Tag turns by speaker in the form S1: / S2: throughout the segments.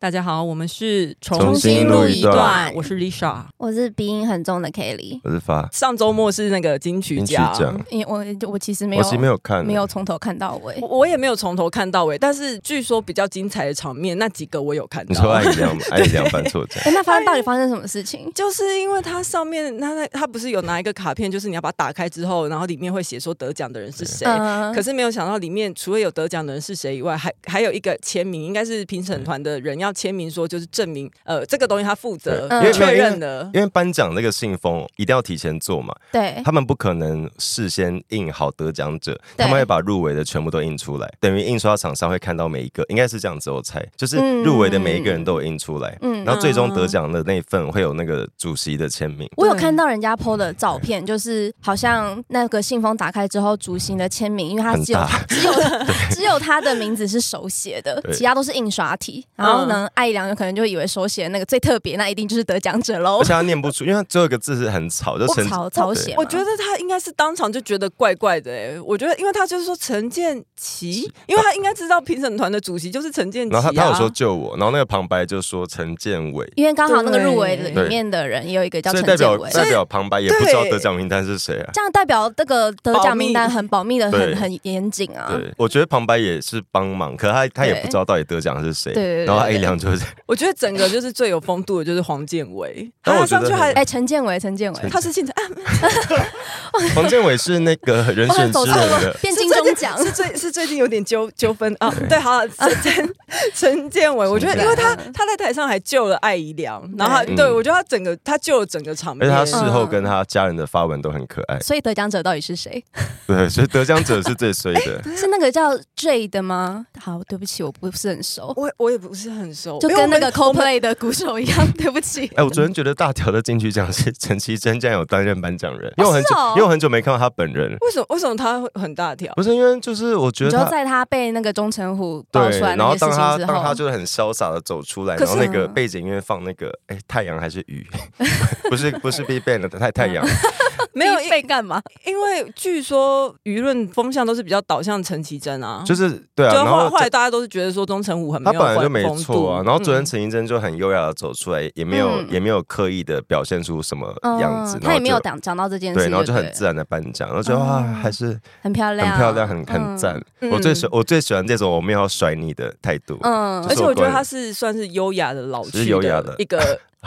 S1: 大家好，我们是
S2: 重新录一段
S1: 我是 Lisa。
S3: 我是鼻音很重的 Kelly，
S2: 我是发
S1: 上周末是那个金曲
S2: 金曲
S1: 奖，
S2: 奖，
S3: 因为我我其实没
S2: 我
S3: 有
S2: 其实没有看，
S3: 没有从头看到尾
S1: 我，我也没有从头看到尾，但是据说比较精彩的场面那几个我有看
S2: 你说
S1: 到
S2: 爱。你两 爱你两版错奖，
S3: 哎，那发生到底发生什么事 情？
S1: 就是因为它上面，它它不是有拿一个卡片，就是你要把它打开之后，然后里面会写说得奖的人是谁。
S3: 嗯
S1: 可是没有想到，里面除了有得奖的人是谁以外，还还有一个签名，应该是评审团的人要签名，说就是证明，呃，这个东西他负责
S3: 对因为
S1: 确
S2: 没有因为
S1: 认的。
S2: 因为颁奖那个信封一定要提前做嘛，
S3: 对
S2: 他们不可能事先印好得奖者，
S3: 对
S2: 他们会把入围的全部都印出来，等于印刷厂商会看到每一个，应该是这样子，我猜，就是
S3: 嗯
S2: 入围的每一个人都有印出来，
S3: 嗯
S2: 然后最终
S1: 嗯
S2: 得奖的那一份会有那个主席的签名，
S3: 我有看到人家 PO 的照片，就是好像那个信封打开之后，主行的签名，因为他
S2: 很
S3: 只有
S2: 大
S3: 他只有只有他的名字是手写的，
S2: 对
S3: 其他都是印刷体。然后呢，艾姨良有可能就以为手写的那个最特别，那一定就是得奖者喽
S2: 而。且他念不出，因为他最后一个字是很吵，就
S3: 我
S2: 陈
S3: 草草写嘛，
S1: 我觉得他应该是当场就觉得怪怪的、欸，我觉得，因为他就是说陈建奇，因为他应该知道评审团的主席就是陈建奇、啊，
S2: 然后他他有说救我，然后那个旁白就说陈建伟。
S3: 因为刚好那个入围的
S2: 对
S3: 里面的人也有一个叫
S2: 所以
S3: 陈
S2: 代表
S3: 建伟，
S2: 代表旁白也不知道
S1: 对
S2: 得奖名单是谁啊？
S3: 这样代表这个得奖名单很保密的，
S2: 对
S3: 很很严谨啊。
S2: 对，我觉得旁白也是帮忙，可他他也
S3: 对
S2: 不知道到底得奖是谁。
S3: 对对对
S2: 然后
S3: 对
S2: 艾良就是
S1: 我觉得整个就是最有风度的就是黄建伟，
S2: 但我
S1: 他
S2: 觉得
S1: 上去还
S2: 很
S3: 哎，陈建伟，陈建伟，
S1: 他是现场啊，
S2: 黄建伟是那个人
S3: 哇
S2: 选
S3: 走
S2: 之
S3: 错
S2: 人
S3: 了
S2: 的，，
S3: 变金钟奖。
S1: 是最是最近有点纠纠纷啊，对，好，陈陈陈建伟，我觉得因为他他在台上还救了艾怡良，然后他
S2: 对
S1: 对
S2: 嗯
S1: 我觉得他整个他救了整个场
S2: 而
S1: 面，嗯
S2: 且他事后跟他家人的发文都很可爱。
S3: 所以得奖者到底是谁？
S2: 对，所以得奖者是最衰 的。
S3: 是那个叫 J 的吗？好，对不起，我不是很熟，
S1: 我我也不是很熟，
S3: 就
S1: 因为我们
S3: 跟那个 CoPlay 的鼓手一样，对不起。
S2: 哎，我昨天觉得大条的金曲奖是陈绮贞竟然有担任颁奖人，因为我很久
S3: 是哦，
S2: 因为我很久没看到他本人。
S1: 为什么为什么他会很大条？
S2: 不是因为就是我觉
S3: 你
S2: 得
S3: 就
S2: 他
S3: 在他被那个钟成虎爆
S2: 对
S3: 出来，
S2: 然
S3: 那
S2: 后
S3: 件
S2: 当
S3: 事
S2: 他
S3: 情之
S2: 当他
S3: 后，
S2: 就是很潇洒的走出来，
S1: 可
S2: 然
S1: 是
S2: 后那个
S3: 嗯
S2: 背景音乐放那个哎太阳还是雨， 不是不是 B i g Bang 的太太阳，
S1: 没 有，
S3: 被干嘛？
S1: 因为据说舆论风向都是比较导向陈绮贞啊，
S2: 就是对啊，
S1: 就
S2: 然
S1: 后
S2: 后
S1: 后来大家都是觉得说钟成虎很没
S2: 他
S1: 有
S2: 本来就没
S1: 风度
S2: 错啊，然后昨天
S1: 嗯
S2: 陈绮贞就很优雅的走出来，也没有、
S3: 嗯
S2: 也没有刻意的表现出什么样子，然后
S3: 他也没有
S2: 就
S3: 讲讲到这件事，
S2: 对，然后就
S3: 对
S2: 很
S3: 不对
S2: 自然的颁奖，然后觉得哇，还是
S3: 很漂
S2: 很
S3: 亮，
S2: 漂亮，很很
S3: 嗯
S2: 赞。
S1: 嗯
S2: 我最喜我最喜欢这种我没有要甩你的态度，
S3: 嗯
S2: 就
S1: 而
S2: 是
S1: 且
S2: 我
S1: 我觉得
S2: 关
S1: 他是算是优雅的老去
S2: 是优雅的
S1: 一个，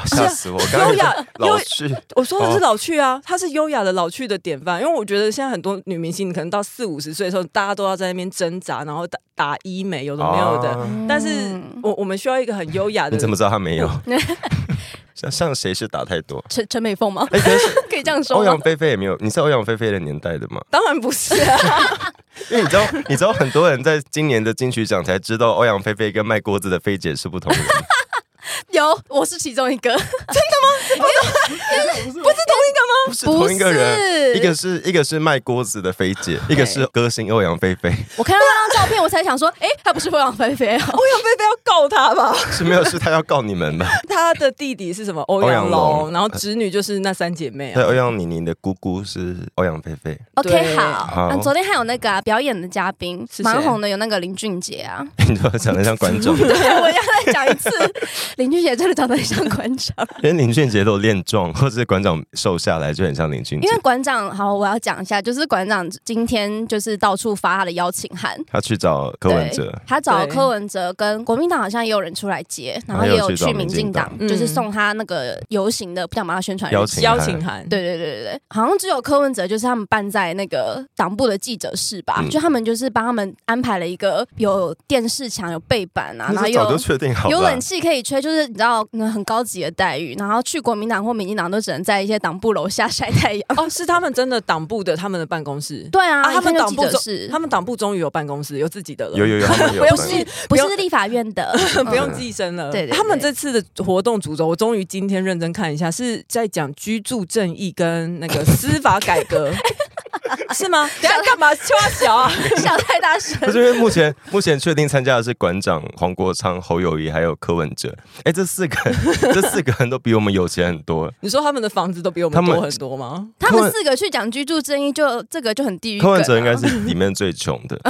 S2: 吓死我！我刚刚
S1: 优雅
S2: 也老去，
S1: 我说的
S2: 哦
S1: 是老去啊，他是优雅的老去的典范。因为我觉得现在很多女明星，可能到四五十岁的时候，大家都要在那边挣扎，然后打打医美，有的没有的。
S2: 啊
S1: 但是
S3: 嗯
S1: 我我们需要一个很优雅的
S2: 你，怎么知道他没有？ 像像谁是打太多？
S3: 陈陈美凤吗？
S2: 哎，可是
S3: 可以这样说
S2: 欧
S3: 吗
S2: 阳？菲菲也没有，你是欧阳菲菲的年代的吗？
S1: 当然不是 啊，
S2: 因为你知道，你知道很多人在今年的金曲奖才知道欧阳菲菲跟卖锅子的菲姐是不同人。
S3: 有，我是其中一个，
S2: 不是同一个人，一个是一个是卖锅子的菲姐，一个是歌星欧阳菲菲，
S3: 我看到那张照片，我才想说，哎、她不是欧阳菲菲
S1: 欧
S3: 哦。
S1: 阳菲菲要告他吧？
S2: 是没有是她要告你们吧？
S1: 他的弟弟是什么？欧
S2: 欧
S1: 阳
S2: 阳
S1: 龙，
S2: 龙呃
S1: 然后侄女就是那三姐妹
S2: 对，
S1: 啊。
S2: 欧阳妮妮的姑姑是欧阳菲 菲，
S1: 对
S3: OK，好。
S2: 好
S3: 啊昨天还有那个、啊、表演的嘉宾
S1: 是，谁
S3: 蛮红的，有那个林俊杰啊。
S2: 你知道长得像馆长，
S3: 对，啊 我要再讲一次，林俊杰真的长得很像馆长，
S2: 连林俊杰都有练壮，或者是馆长瘦下来就很像林俊杰
S3: 因。为馆长好，我要讲一下，就是馆长今天就是到处发他的邀请函。
S2: 他去找柯文哲
S3: 对，他找
S1: 对
S3: 柯文哲跟国民党好像也有人出来接，然后也
S2: 然后有
S3: 有
S2: 去
S3: 去
S2: 找
S3: 民进党
S2: 民，
S1: 进党
S3: 就是
S1: 嗯
S3: 送他那个游行的，不想帮他宣传日
S2: 邀
S3: 期
S2: 请
S1: 邀
S2: 函
S1: 请函，
S3: 对对对对对，好像只有柯文哲就是他们办在那个党部的记者室吧，
S2: 嗯
S3: 就他们就是帮他们安排了一个有电视墙、有背板啊，然
S2: 那
S3: 后
S2: 是早就
S3: 有
S2: 确定好
S3: 有
S2: 了
S3: 冷。气可以吹，就是你知道嗯很高级的待遇。然后去国民党或民进党都只能在一些党部楼下晒太阳。
S1: 哦，是他们真的党部的，他们的办公室，
S3: 对啊，
S1: 啊他们
S3: 一看就
S1: 党部
S3: 记者
S1: 中
S3: 室，
S1: 他们党部终于有办公室，有自己的了，
S2: 有有有，他 们有
S1: 不用
S2: 办
S1: 寄，
S3: 不
S1: 不
S3: 是立法院的，
S1: 不用
S3: 嗯
S1: 寄生了。
S3: 对对对
S1: 他们这次的活动主轴，我终于今 天认真看一下，是在讲居住正义跟那个司法改革。是吗？等一下干嘛？秋花小啊，
S3: 笑太大声。
S2: 可是因为目前目前确定参加的是馆长黄国昌、侯友谊还有柯文哲，哎，这四个 人这四个人都比我们有钱很多。
S1: 你说他们的房子都比我们
S2: 他们
S1: 多很多吗？
S3: 他们四个去讲居住正义，就这个就很地狱、啊。
S2: 柯文哲应该是里面最穷的，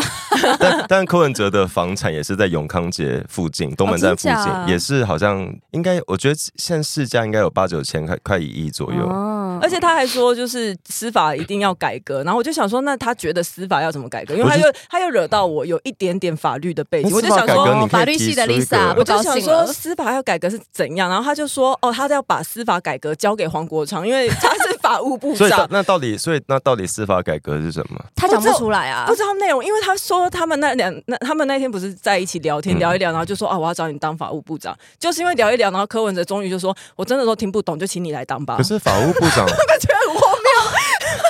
S2: 但但柯文哲的房产也是在永康街附近、东门站附近，
S3: 哦真假
S2: 也是好像应该，我觉得现在市价应该有八九千，快快一亿左右。
S3: 哦
S1: 而且他还说，就是司法一定要改革。然后我就想说，那他觉得司法要怎么改革？因为他
S2: 我
S1: 又
S2: 就
S1: 他又惹到我有一点点法律的背景，
S2: 那
S1: 我就
S2: 司法
S1: 想
S2: 改
S1: 说
S2: 革，你可以
S3: 哦法律系的
S2: 提出一
S3: Lisa，
S2: 个
S1: 我
S3: 不高
S1: 就
S3: 兴
S1: 想说
S3: 了
S1: 司法要改革是怎样，然后他就说哦，他要把司法改革交给黄国昌，因为他是法务部
S2: 所以到
S1: 长。
S2: 那到底，所以那到底司法改革是什么？
S3: 他讲不出来啊
S1: 不。知道内容，因为他说他们那两那他们那天不是在一起聊天
S2: 嗯
S1: 聊一聊，然后就说啊我要找你当法务部长，就是因为聊一聊，然后柯文哲终于就说我真的都听不懂，就请你来当吧
S2: 可。是法务部 长，
S1: 觉得很荒谬。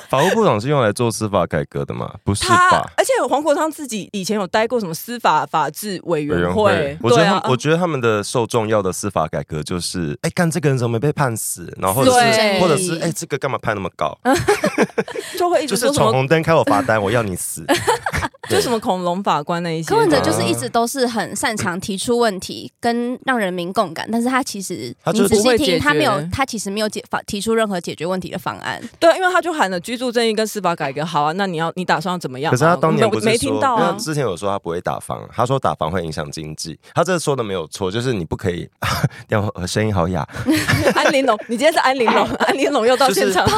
S2: 法务部长是用来做司法改革的嘛？不是
S1: 他
S2: 吧？
S1: 而且黄国昌自己以前有待过什么司法法制委
S2: 委
S1: 员
S2: 员
S1: 会
S2: 会，，我觉
S1: 对
S2: 得他
S1: 啊
S2: 们，，我觉得他们的受众要的司法改革就是，哎，干这个人怎么没被判死？然后或者
S1: 对
S2: 是，或者是，哎，这个干嘛判那么高？
S1: 就会一
S2: 就
S1: 直
S2: 是
S1: 说什
S2: 闯
S1: 么
S2: 红灯开我罚单，我要你 死。
S1: 就什么恐龙法官那一些的。
S3: 柯文哲就是一直都是很擅长提出问题，跟让人民共感，但是他其实
S2: 他就
S3: 你
S2: 是
S3: 仔
S1: 不会
S3: 细
S1: 解决
S3: 听，他没有，他其实没有解法提出任何解决问题的方案。
S1: 对，啊因为他就喊了居住正义跟司法改革，好啊，那你要你打算要怎么样啊？
S2: 可是他当年
S1: 我
S2: 不
S1: 没没
S2: 是说嗯
S1: 听到
S2: 因为
S1: 啊
S2: 他。之前有说他不会打房，他说打房会影响经济，他这说的没有错，就是你不可以。 要呃声音好哑，
S1: 安玲珑， 你今天是安玲 珑，安玲珑又到现场，
S2: 哎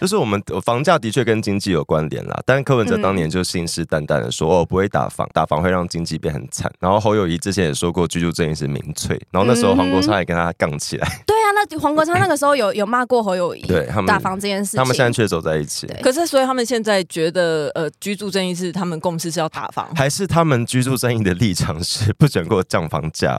S2: 就是我们呃房价的确跟经济有关联啦。但柯文哲当年就信誓旦旦的说，哦，不会打房，打房会让经济变很惨。然后侯友谊之前也说过，居住正义是民粹。然后那时候黄国昌也跟他杠起来，
S3: 对啊，那黄国昌那个时候有有骂过侯友谊，
S2: 对他们
S3: 打房这件事情，
S2: 他们现在却走在一起。
S3: 对
S1: 可是所以他们现在觉得呃居住正义是他们共识是要打房，
S2: 还是他们居住正义的立场是 不准给我降房价，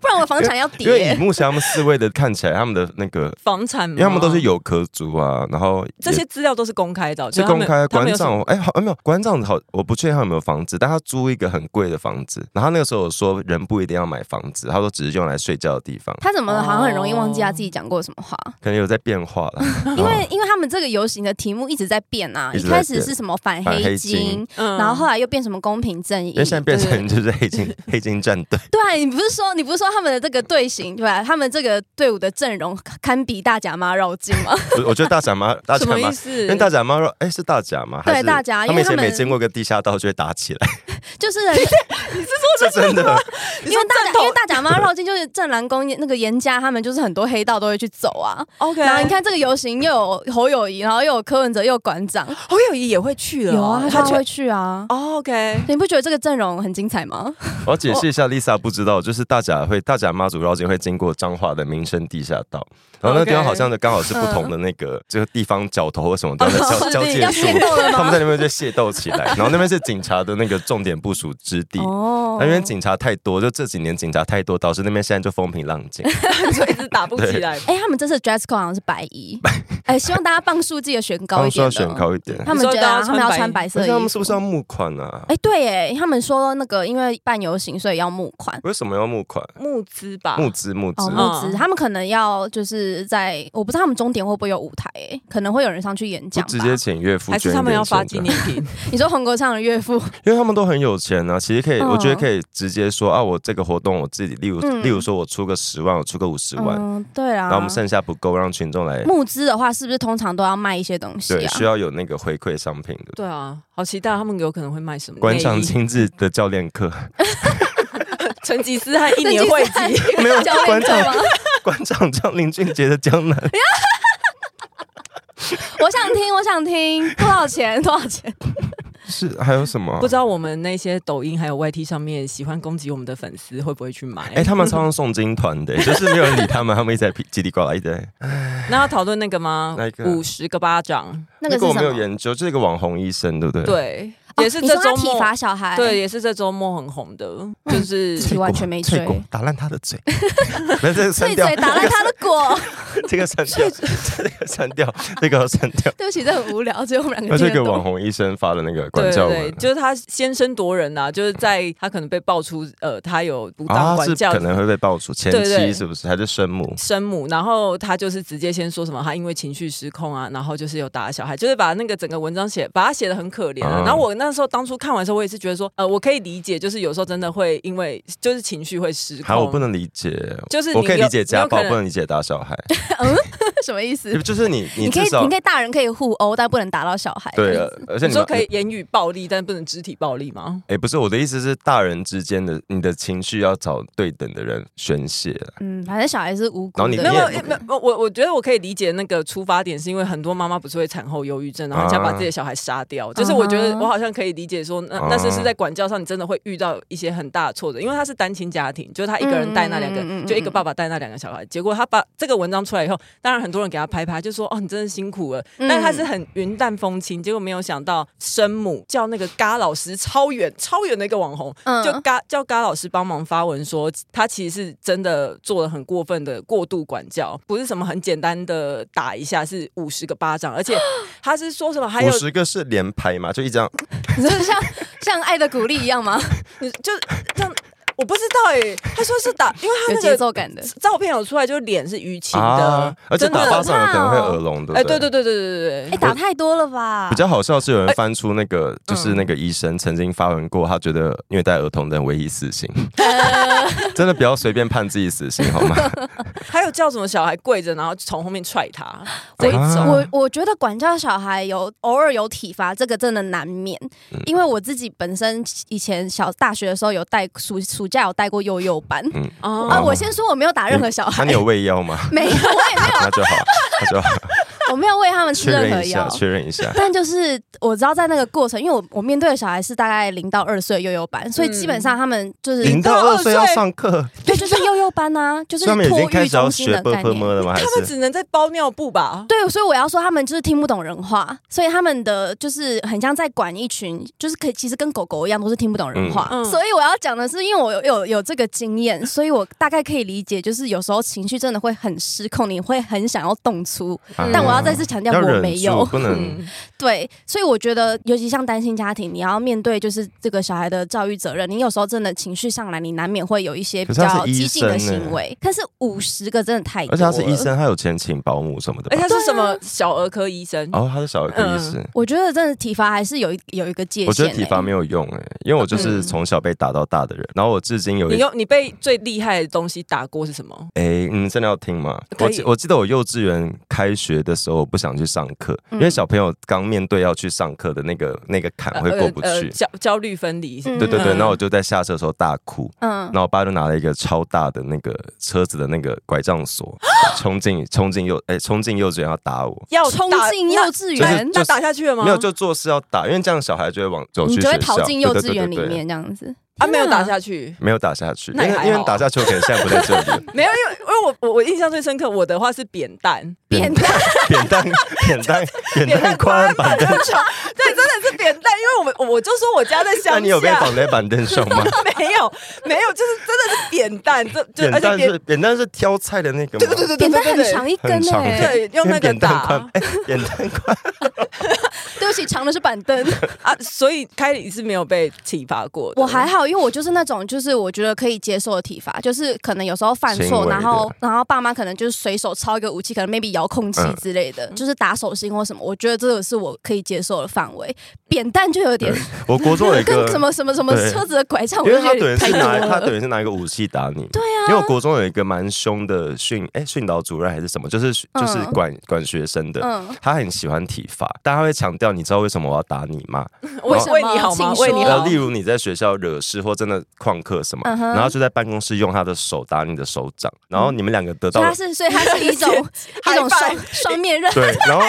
S3: 不然我房产要
S2: 因为以
S3: 跌。
S2: 目前他们四位的看起来，他们的那个，
S1: 房产吗，
S2: 因为他们都是有壳族啊，然后也
S1: 这些资料都是公开的，
S2: 是
S1: 就他
S2: 公
S1: 们
S2: 开
S1: 他们
S2: 馆
S1: 有什么
S2: 长，哎、好、啊，没有馆长好，我不确定他有没有房子，但他租一个很贵的房子，然后他那个时候有说人不一定要买房子，他说只是用来睡觉的地方，
S3: 他怎么好像很容易忘
S2: 哦
S3: 记他自己讲过什么话？
S2: 可能有在变化哦了，
S3: 因为因为他们这个游行的题目一直在变啊，
S2: 一
S3: 一
S2: 直在
S3: 开
S2: 变
S3: 始是什么反
S2: 反
S3: 黑
S2: 黑
S3: 金
S2: 金，
S1: 嗯
S3: 然后后来又变什么公平正义
S2: 因为，现在变
S1: 对
S2: 成就是黑金黑金战队，
S3: 对啊，你不是说你不是说他们的这个队形对吧、他们这个队伍的阵容堪比大甲妈绕境吗？
S2: 我我觉得大甲妈大
S1: 什
S2: 甲
S1: 么
S2: 妈
S1: 意。思
S2: 因为？大甲妈说：“哎、是大甲吗？还
S3: 对
S2: 是
S3: 大甲因为
S2: 他们以前
S3: 他们
S2: 每经过个地下道就会打起来，
S3: 就是
S2: 这真的。
S1: 你
S3: 因
S1: 说
S3: 为大
S1: 正
S3: 甲
S1: 统
S3: 因为大甲妈绕境就是正蓝宫那个严家，他们就是很多黑道都会去走啊。
S1: OK，
S3: 然后你看这个游行又有侯友谊，然后又有柯文哲，又有馆长，
S1: 侯友谊也会去了，
S3: 有啊，他
S1: 他
S3: 就
S1: 去
S3: 会去啊。
S1: 哦 OK。
S3: 你不觉得这个阵容很精彩吗？
S2: 我要解释一下，Lisa 不知道，就是大甲会大甲妈祖绕境会经过彰化的民生地下道，然后那个地方
S1: OK
S2: 好像就刚好是不同的那个，
S3: 嗯
S2: 就是地方角头或什 么都在
S1: 哦
S2: 交交
S1: 是
S2: 界
S1: 要
S2: 处
S3: 械斗了，吗
S2: 他们在那边就械斗起来，然后那边是警察的那个重点部署之地。
S3: 哦
S2: 那边警察太多，就这几年警察太多，导致那边现在就风平浪静。
S1: 所以是打不起来。
S3: 哎、他们这次 dress code 好像是白衣，哎、希望大家磅数记得选 高一
S2: 们说要
S3: 点哦的。
S2: 选高一点，
S3: 他们觉得啊他们要穿白色
S2: 而
S3: 衣
S2: 且
S3: 服，
S2: 他们是不是要募款啊？
S3: 哎、对耶，他们说那个因为办游行，所以要募款
S2: 为什么要募款？
S1: 募资吧，
S2: 募资募资
S3: 哦，
S1: 嗯
S3: 募资。他们可能要就是在，我不知道他们终点会不会有舞台，哎，可能会有人上去演
S2: 不
S3: 讲吧。
S2: 直接请岳父
S1: 还是
S2: 捐一点钱这样，
S1: 他们要发纪念品？
S3: 你说黄国昌的 岳父，
S2: 因为他们都很有钱啊，其实可以，
S3: 嗯
S2: 我觉得可以直接说啊，我这个活动我自己，例如、
S3: 嗯
S2: 例如说我出个十万，我出个五十万，
S3: 嗯，对啊。
S2: 然后我们剩下不够，让群众来，
S3: 募资的话，是不是通常都要卖一些东西
S2: 对，
S3: 啊？
S2: 需要有那个回馈商品的。
S1: 对啊，好期待他们有可能会卖什么
S2: 官场
S1: 内衣
S2: 精致的教练 课，
S1: 成吉思汗一年会籍，
S2: 没有
S3: 教练
S2: 馆
S3: 课吗
S2: 长，？馆长叫林俊杰的江南，
S3: 我想听，我想听，多少钱？多少钱？
S2: 是还有什么啊
S1: 不？知道我们那些抖音还有 YT 上面喜欢攻击我们的粉丝会不会去买？
S2: 哎、他们常常送金团 的、就是没有人理他们，他们一直在噼叽里呱啦一直在。
S1: 那要讨论那个吗
S2: 哪一？个
S1: 五十个巴掌，
S3: 那个是
S2: 我
S3: 什
S2: 没有
S3: 么？哦
S2: 研究，就是一个网红医生，对不对？。
S1: 对，也是
S3: 你
S1: 这
S3: 说他
S1: 周
S3: 体
S1: 末
S3: 罚哎嗯小孩，
S1: 对，，也是这周末很红的，就是
S3: 体完全没
S2: 脆
S3: 追
S2: 果打烂他的 嘴，没有这个删
S3: 碎
S2: 掉
S3: 嘴，打烂 他的果。
S2: 这个删 掉，这个删掉，这个要删掉。
S3: 对不起，这很无聊，只有我们两
S2: 那
S3: 个
S2: 这
S3: 听
S2: 个
S3: 得
S2: 网
S3: 懂。
S2: 红医生发的那个 管
S1: 对
S2: 教文
S1: 对，就是他先声夺人呐、啊，就是在他可能被爆出呃，他有不当
S2: 啊，
S1: 管
S2: 是
S1: 教
S2: 可能会被爆出前
S1: 对对
S2: 妻是不是？还是生母？
S1: 生母，然后他就是直接先说什么，啊他因为情绪失控啊，然后就是有打小孩，就是把那个整个文章写，把他写的很可怜、啊。
S2: 嗯
S1: 然后我那时候当初看完的时候，我也是觉得说，呃，我可以理解，就是有时候真的会因为就是情绪会失控。
S2: 好，我不能理解，
S1: 就是你
S2: 我可以
S1: 有
S2: 理解家暴，
S1: 你有可能
S2: 不能理解打 小孩，
S3: 什么意思？
S2: 就是你你
S3: 可
S2: 至
S3: 以，
S2: 少
S3: 你可以大人可以互殴，但不能打到小孩。
S2: 对，呃而且
S1: 你
S2: 你
S1: 说
S2: 们
S1: 可以言语暴力，但不能肢体暴力吗？
S2: 哎，不是我的意思是，大人之间的你的情绪要找对等的人宣泄啊。
S3: 嗯，反正小孩是无辜
S2: 然后你
S3: 的。
S1: 没有没
S2: 你也
S1: 有没有，哦我我我觉得我可以理解那个出发点，是因为很多妈妈不是会产后忧郁症，然后很想把自己的小孩杀掉。就是我觉得
S3: 啊哈
S1: 我好像可以理解说，那
S2: 啊
S1: 那是是在管教上，你真的会遇到一些很大的挫折，因为他是单亲家庭，就是他一个人带那两个，
S3: 嗯嗯嗯嗯嗯
S1: 就一个爸爸带那两个小孩。结果他把这个文章出来以后，当然很多人给他拍拍，就说哦你真的辛苦了，
S3: 嗯
S1: 但他是很云淡风轻。结果没有想到生母叫那个嘎老师超远超远的一个网红，
S3: 嗯
S1: 就嘎叫嘎老师帮忙发文说，他其实是真的做了很过分的过度管教，不是什么很简单的打一下，是五十个巴掌，而且他是说什么还有
S2: 五十个是连拍嘛，就一张，
S3: 你说像像爱的鼓励一样吗？
S1: 你就这样，我不知道哎、他说是打，因为他
S3: 有
S1: 那
S3: 节
S1: 个
S3: 奏感的。
S1: 照片有出来，就是脸是淤青的，
S2: 啊，而且
S1: 真的
S2: 打巴掌有可能会
S3: 真的
S2: 耳聋，对不
S1: 哎、对对对对对对
S3: 哎，
S1: 对。
S3: 打太多了吧
S2: 比？较好笑是有人
S3: 哎
S2: 翻出那个，
S3: 嗯
S2: 就是那个医生曾经发文过，他觉得虐待儿童的唯一死 刑， 真的不要随便判自己死刑好 吗？
S1: 还有叫什么小孩跪着，然后从后面踹他，这一
S2: 啊
S1: 种。
S3: 我我觉得管教小孩有偶尔有体罚，这个真的难免。
S2: 嗯
S3: 因为我自己本身以前小大学的时候有带暑暑假有带过幼幼班
S1: 哦
S2: 哦
S3: 啊。
S2: 嗯
S3: 我先说我没有打任何小
S2: 那
S3: 孩
S2: 你，有喂药吗？
S3: 没有，我哎也没
S2: 那就好，那就好，
S3: 有，我没有喂他们吃
S2: 确
S3: 任何
S2: 认一下，
S3: 药。
S2: 确认一下。
S3: 但就是我知道在那个过程，因为我我面对的小孩是大概零到二岁的幼幼班，所以基本上他们就是
S2: 零到二岁要上课，
S3: 对，就是幼幼班啊，就是
S2: 所以他们已经
S3: 托
S2: 开
S3: 育
S2: 始要
S3: 中心
S2: 学
S3: 的
S2: b
S3: 概
S2: u
S3: 念。
S2: 么了吗？还
S1: 他们
S2: 是
S1: 只能在包尿布吧？
S3: 对，所以我要说他们就是听不懂人话，所以他们的就是很像在管一群，就是可以其实跟狗狗一样都是听不懂人话。
S1: 嗯嗯
S3: 所以我要讲的是，因为我有有有这个经验，所以我大概可以理解，就是有时候情绪真的会很失控，你会很想要动粗，
S2: 啊
S3: 但我要再次强调
S2: 要
S3: 我
S2: 忍
S3: 没
S2: 住
S3: 有。
S2: 不能。
S1: 嗯，
S3: 对，所以我觉得，尤其像单亲家庭，你要面对就是这个小孩的教育责任，你有时候真的情绪上来，你难免会有一些比
S2: 可是他
S3: 较
S2: 是医
S3: 激进的
S2: 生欸
S3: 行为。但是五十个真的太多
S2: 而且
S3: 了，
S2: 他是医生，他有钱请保姆什么的
S1: 哎，
S2: 吧。
S1: 他是什么小儿科医生？
S2: 哦，他是小儿科医师。
S3: 我觉得真的体罚还是有一有一个界限、欸。
S2: 我觉得体罚没有用哎、因为我就是
S3: 嗯
S2: 从小被打到大的人，然后我至今有一
S1: 你用你被最厉害的东西打过是什么？
S2: 哎，嗯，真的要听吗？
S1: 可
S2: 我
S1: 以
S2: 记我记得我幼稚园开学的时候，我不想去上课，
S3: 嗯
S2: 因为小朋友刚面对要去上课的那个那个坎会过不去。
S1: 呃呃焦焦虑分离，
S3: 嗯
S2: 对对对，
S1: 嗯
S2: 那我就在下车的时候大哭，
S3: 嗯
S2: 然，后我爸就拿了一个超大的那个车子的那个拐杖锁，冲进冲进幼哎冲进幼稚园要打我，
S1: 要
S3: 冲
S1: 打
S3: 进幼
S1: 那
S2: 就是
S3: 稚园，
S1: 那打下去了吗？
S2: 没有就做事要打，因为这样小孩就会往走去
S3: 你
S2: 学
S3: 就
S2: 校，
S3: 会逃进幼
S2: 对
S3: 稚园里。
S2: 对对对对
S3: 面这样子
S1: 啊，没有打。
S3: 天
S1: 下去。
S2: 没有打下去，因
S1: 那
S2: 为
S1: 也还好，
S2: 因为打下去我可能现在不在这里
S1: 没有，因为因为我我我印象最深刻，我的话是扁担，
S3: 扁担
S2: 扁担扁担扁担宽板凳，
S1: 床，对，真的是扁担，因为我们我我就说我家在乡
S2: 那
S1: 下，
S2: 你有被绑在板凳上吗？
S1: 没有没有，就是真的是扁担，这就
S2: 扁
S1: 而且
S2: 担
S1: 扁
S2: 是扁担是挑菜的那个
S1: 对
S2: 吗？
S1: 对对对
S3: 扁
S1: 对
S3: 担
S1: 对
S3: 很
S1: 对
S3: 长一
S2: 很
S3: 根
S2: 长
S3: 哎、
S2: 的
S1: 对用那个
S2: 扁担宽
S1: 打，
S2: 哎，扁担宽，
S3: 对不起，长的是板凳。
S1: 啊，所以开里是没有被体罚过的。
S3: 我还好，因为我就是那种，就是我觉得可以接受的体罚，就是可能有时候犯
S2: 行为
S3: 错，
S2: 的
S3: 然后然后爸妈可能就是随手抄一个武器，可能 maybe 遥控器
S2: 嗯
S3: 之类的，就是打手心或什么，我觉得这个是我可以接受的范围。扁担就有点
S2: 对，我国中有一
S3: 跟
S2: 个
S3: 什么什么什么
S2: 对
S3: 车子的拐杖，我
S2: 因
S3: 就
S2: 为他
S3: 觉得有
S2: 等于
S3: 点太
S2: 是
S3: 多
S2: 拿他等
S3: 了。
S2: 于是拿一个武器打你，对啊，因为我国中有一个蛮凶的训哎训导主任还是什么，就是就是
S3: 嗯
S2: 管管学生的，
S3: 嗯，
S2: 他很喜欢体罚，但他会强调，你知道为什么我要打你吗？
S1: 为
S3: 什么
S1: 为你好吗？
S3: 请说
S1: 为你
S2: 然
S1: 好
S2: 后，例如你在学校惹事或真的旷课什么，
S3: 哦嗯哼
S2: 然后就在办公室用他的手打你的手掌，然后你们两个得到
S3: 所以
S2: 了
S3: 它是，所以它是一 种一
S1: High
S3: 种双双面刃。
S2: 对，然后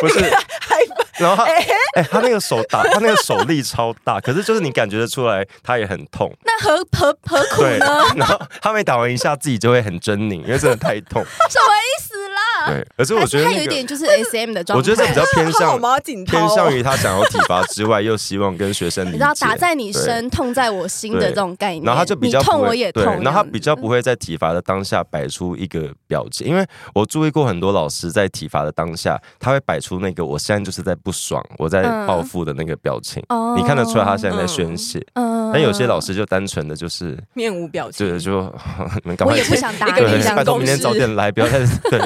S2: 不是，
S1: 还
S2: 然后他哎，他那个手打他那个手力超大，可是就是你感觉得出来他也很痛，
S3: 那何何何苦
S2: 对，
S3: 呢？
S2: 然后他每打完一下自己就会很狰狞，因为真的太痛。
S3: 什么意思啦？
S2: 对，可是我
S3: 还
S2: 觉得
S3: 是他
S2: 那
S3: 有一
S2: 个，
S3: 点就是 S M 的状态，
S2: 我觉得这比较偏
S1: 好
S2: 向
S1: 马景涛
S2: 偏
S1: 哦
S2: 向于他想要体罚之外，又希望跟学生理
S3: 你
S2: 解
S3: 知道打在你身，痛在我心的
S2: 对
S3: 这种概念。
S2: 然后他就比较
S3: 你
S2: 不
S3: 痛
S2: 会
S3: 我也痛
S2: 对
S3: 这样，子，
S2: 然后他比较不会在体罚的当下摆出一个表情，因为我注意过很多老师在体罚的当下，他会摆出那个我现在就是在不爽，我在
S3: 嗯
S2: 报复的那个表情，
S3: 哦
S2: 你看得出来他现在在宣泄。
S3: 嗯
S2: 但有些老师就单纯的就是，
S1: 面无表情，
S2: 就是 就你们赶
S3: 我
S2: 快
S3: 也不想嗯打
S1: 一
S3: 你
S1: 个理
S3: 这
S1: 想
S2: 对，
S3: 样
S2: 拜
S3: 子
S2: 托明天
S1: 公式
S2: 早点来，不要再 对。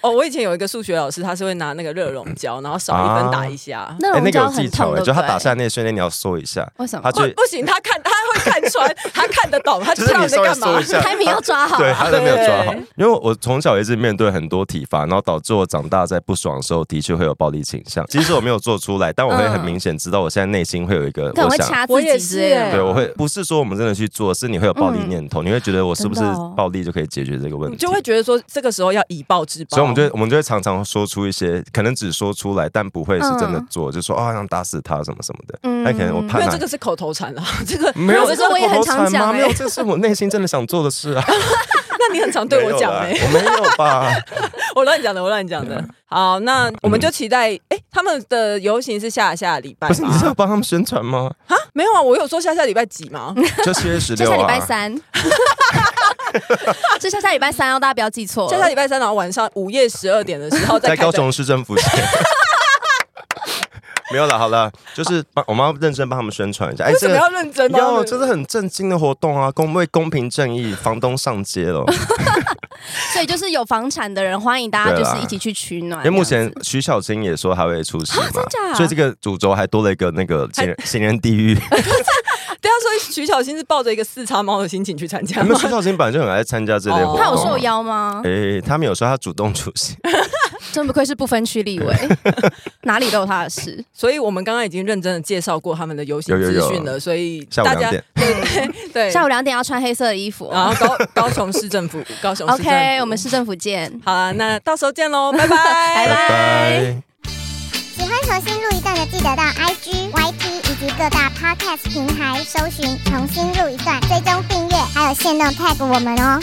S1: 哦，我以前有一个数学老师，他是会拿那个热熔胶，然后少一分打一下。
S3: 那
S2: 哎，
S3: 种
S2: 那个
S3: 胶
S2: 有
S3: 很
S2: 技巧
S3: 痛
S2: 哎，
S3: 的，
S2: 就他打下来那个瞬间你要缩一下，
S3: 为什么
S2: 他？
S1: 不
S2: 就
S1: 不行，他看他会看 穿，他看得懂，他
S2: 就
S1: 知
S2: 是
S1: 道
S2: 你
S1: 你在
S2: 稍微
S1: 干
S2: 缩
S1: 嘛
S2: 一。下，
S3: 排名要抓好，
S2: 对，他都没有抓好
S1: 对，
S2: 因为我从小一直面对很多体罚，然后导致我长大在不爽的时候，的确会有暴力倾向。其实我没有做出来，但我会很明显知道，我现在内心会有一 个
S3: 可能
S2: 我
S3: 会
S2: 想。
S3: 掐
S1: 我
S3: 自
S1: 也
S3: 己
S1: 是
S3: 之类的。
S1: 哎
S2: 对，我会不是说我们真的去做，是你会有暴力念头，你会觉得我是不是
S3: 嗯真的哦
S2: 暴力就可以解决这个问
S1: 你
S2: 题？
S1: 就会觉得说，这个时候要以暴制暴。
S2: 所以我们就我们就会常常说出一些可能只说出来，但不会是真的
S3: 嗯
S2: 做，就说啊想打死他什么什么的。
S3: 嗯
S2: 但可能我怕
S1: 因为
S2: 哪
S1: 这个是口头禅了，啊 这个
S2: 没有，
S3: 可是我也很常讲
S2: 吗？
S3: 哎
S2: 没有，这是我内心真的想做的事啊。
S1: 那你很常对我讲哎、
S2: 没有啦我没有吧？
S1: 我乱讲的，我乱讲的。好，那我们就期待，哎、他们的游行是下下礼拜
S2: 不是，你是要
S1: 吗？
S2: 帮他们宣传吗？
S1: 啊，没有啊，我有说下下礼拜几吗？
S2: 就七月十
S3: 就
S2: 六
S3: 下
S2: 啊，
S3: 礼拜三， 就下下礼拜三哦，大家不要记错了。
S1: 下下礼拜三，然后晚上午夜十二点的时候 再
S2: 在
S1: 开
S2: 高雄市政府前。没有了，好了，就是帮我们要认真帮他们宣传一下。哎
S1: 为什么
S2: 这个
S1: 要认真吗？
S2: 要这是很震惊的活动啊，公为公平正义，房东上街了。
S3: 所以就是有房产的人，欢迎大家就
S2: 对
S3: 是
S2: 啦
S3: 一起去取暖。
S2: 因为目前徐小青也说她会出席嘛，
S3: 啊真假
S2: 所以这个主轴还多了一个那个情人 情人地 狱。
S1: 对啊，所以徐小新是抱着一个四叉猫的心情去参加
S2: 你们
S1: 吗？
S2: 徐小青本来就很爱参加这类活
S1: 哦
S2: 动，
S3: 他有受。邀吗？
S2: 哎，他们有说他主动出席，
S3: 真不愧是不分区立委，哪里都有他的事。
S1: 所以我们刚刚已经认真的介绍过他们的游行
S2: 有有
S1: 资
S2: 有
S1: 讯了，所以
S2: 下午
S1: 大
S2: 两
S1: 家
S2: 点。
S1: 对，
S3: 下午两点要穿黑色的衣服
S1: 然
S3: 哦。
S1: 后高高雄市政府，高雄市啊政府
S3: OK，我们市政府见。
S1: 好了，那到时候见喽，拜
S3: 拜
S2: 拜
S3: 拜
S2: 拜。
S4: 喜欢重新录一段的，记得到 IG、YT 以及各大 Podcast 平台搜寻“重新录一段”，追踪订阅，还有限定 tag 我们哦。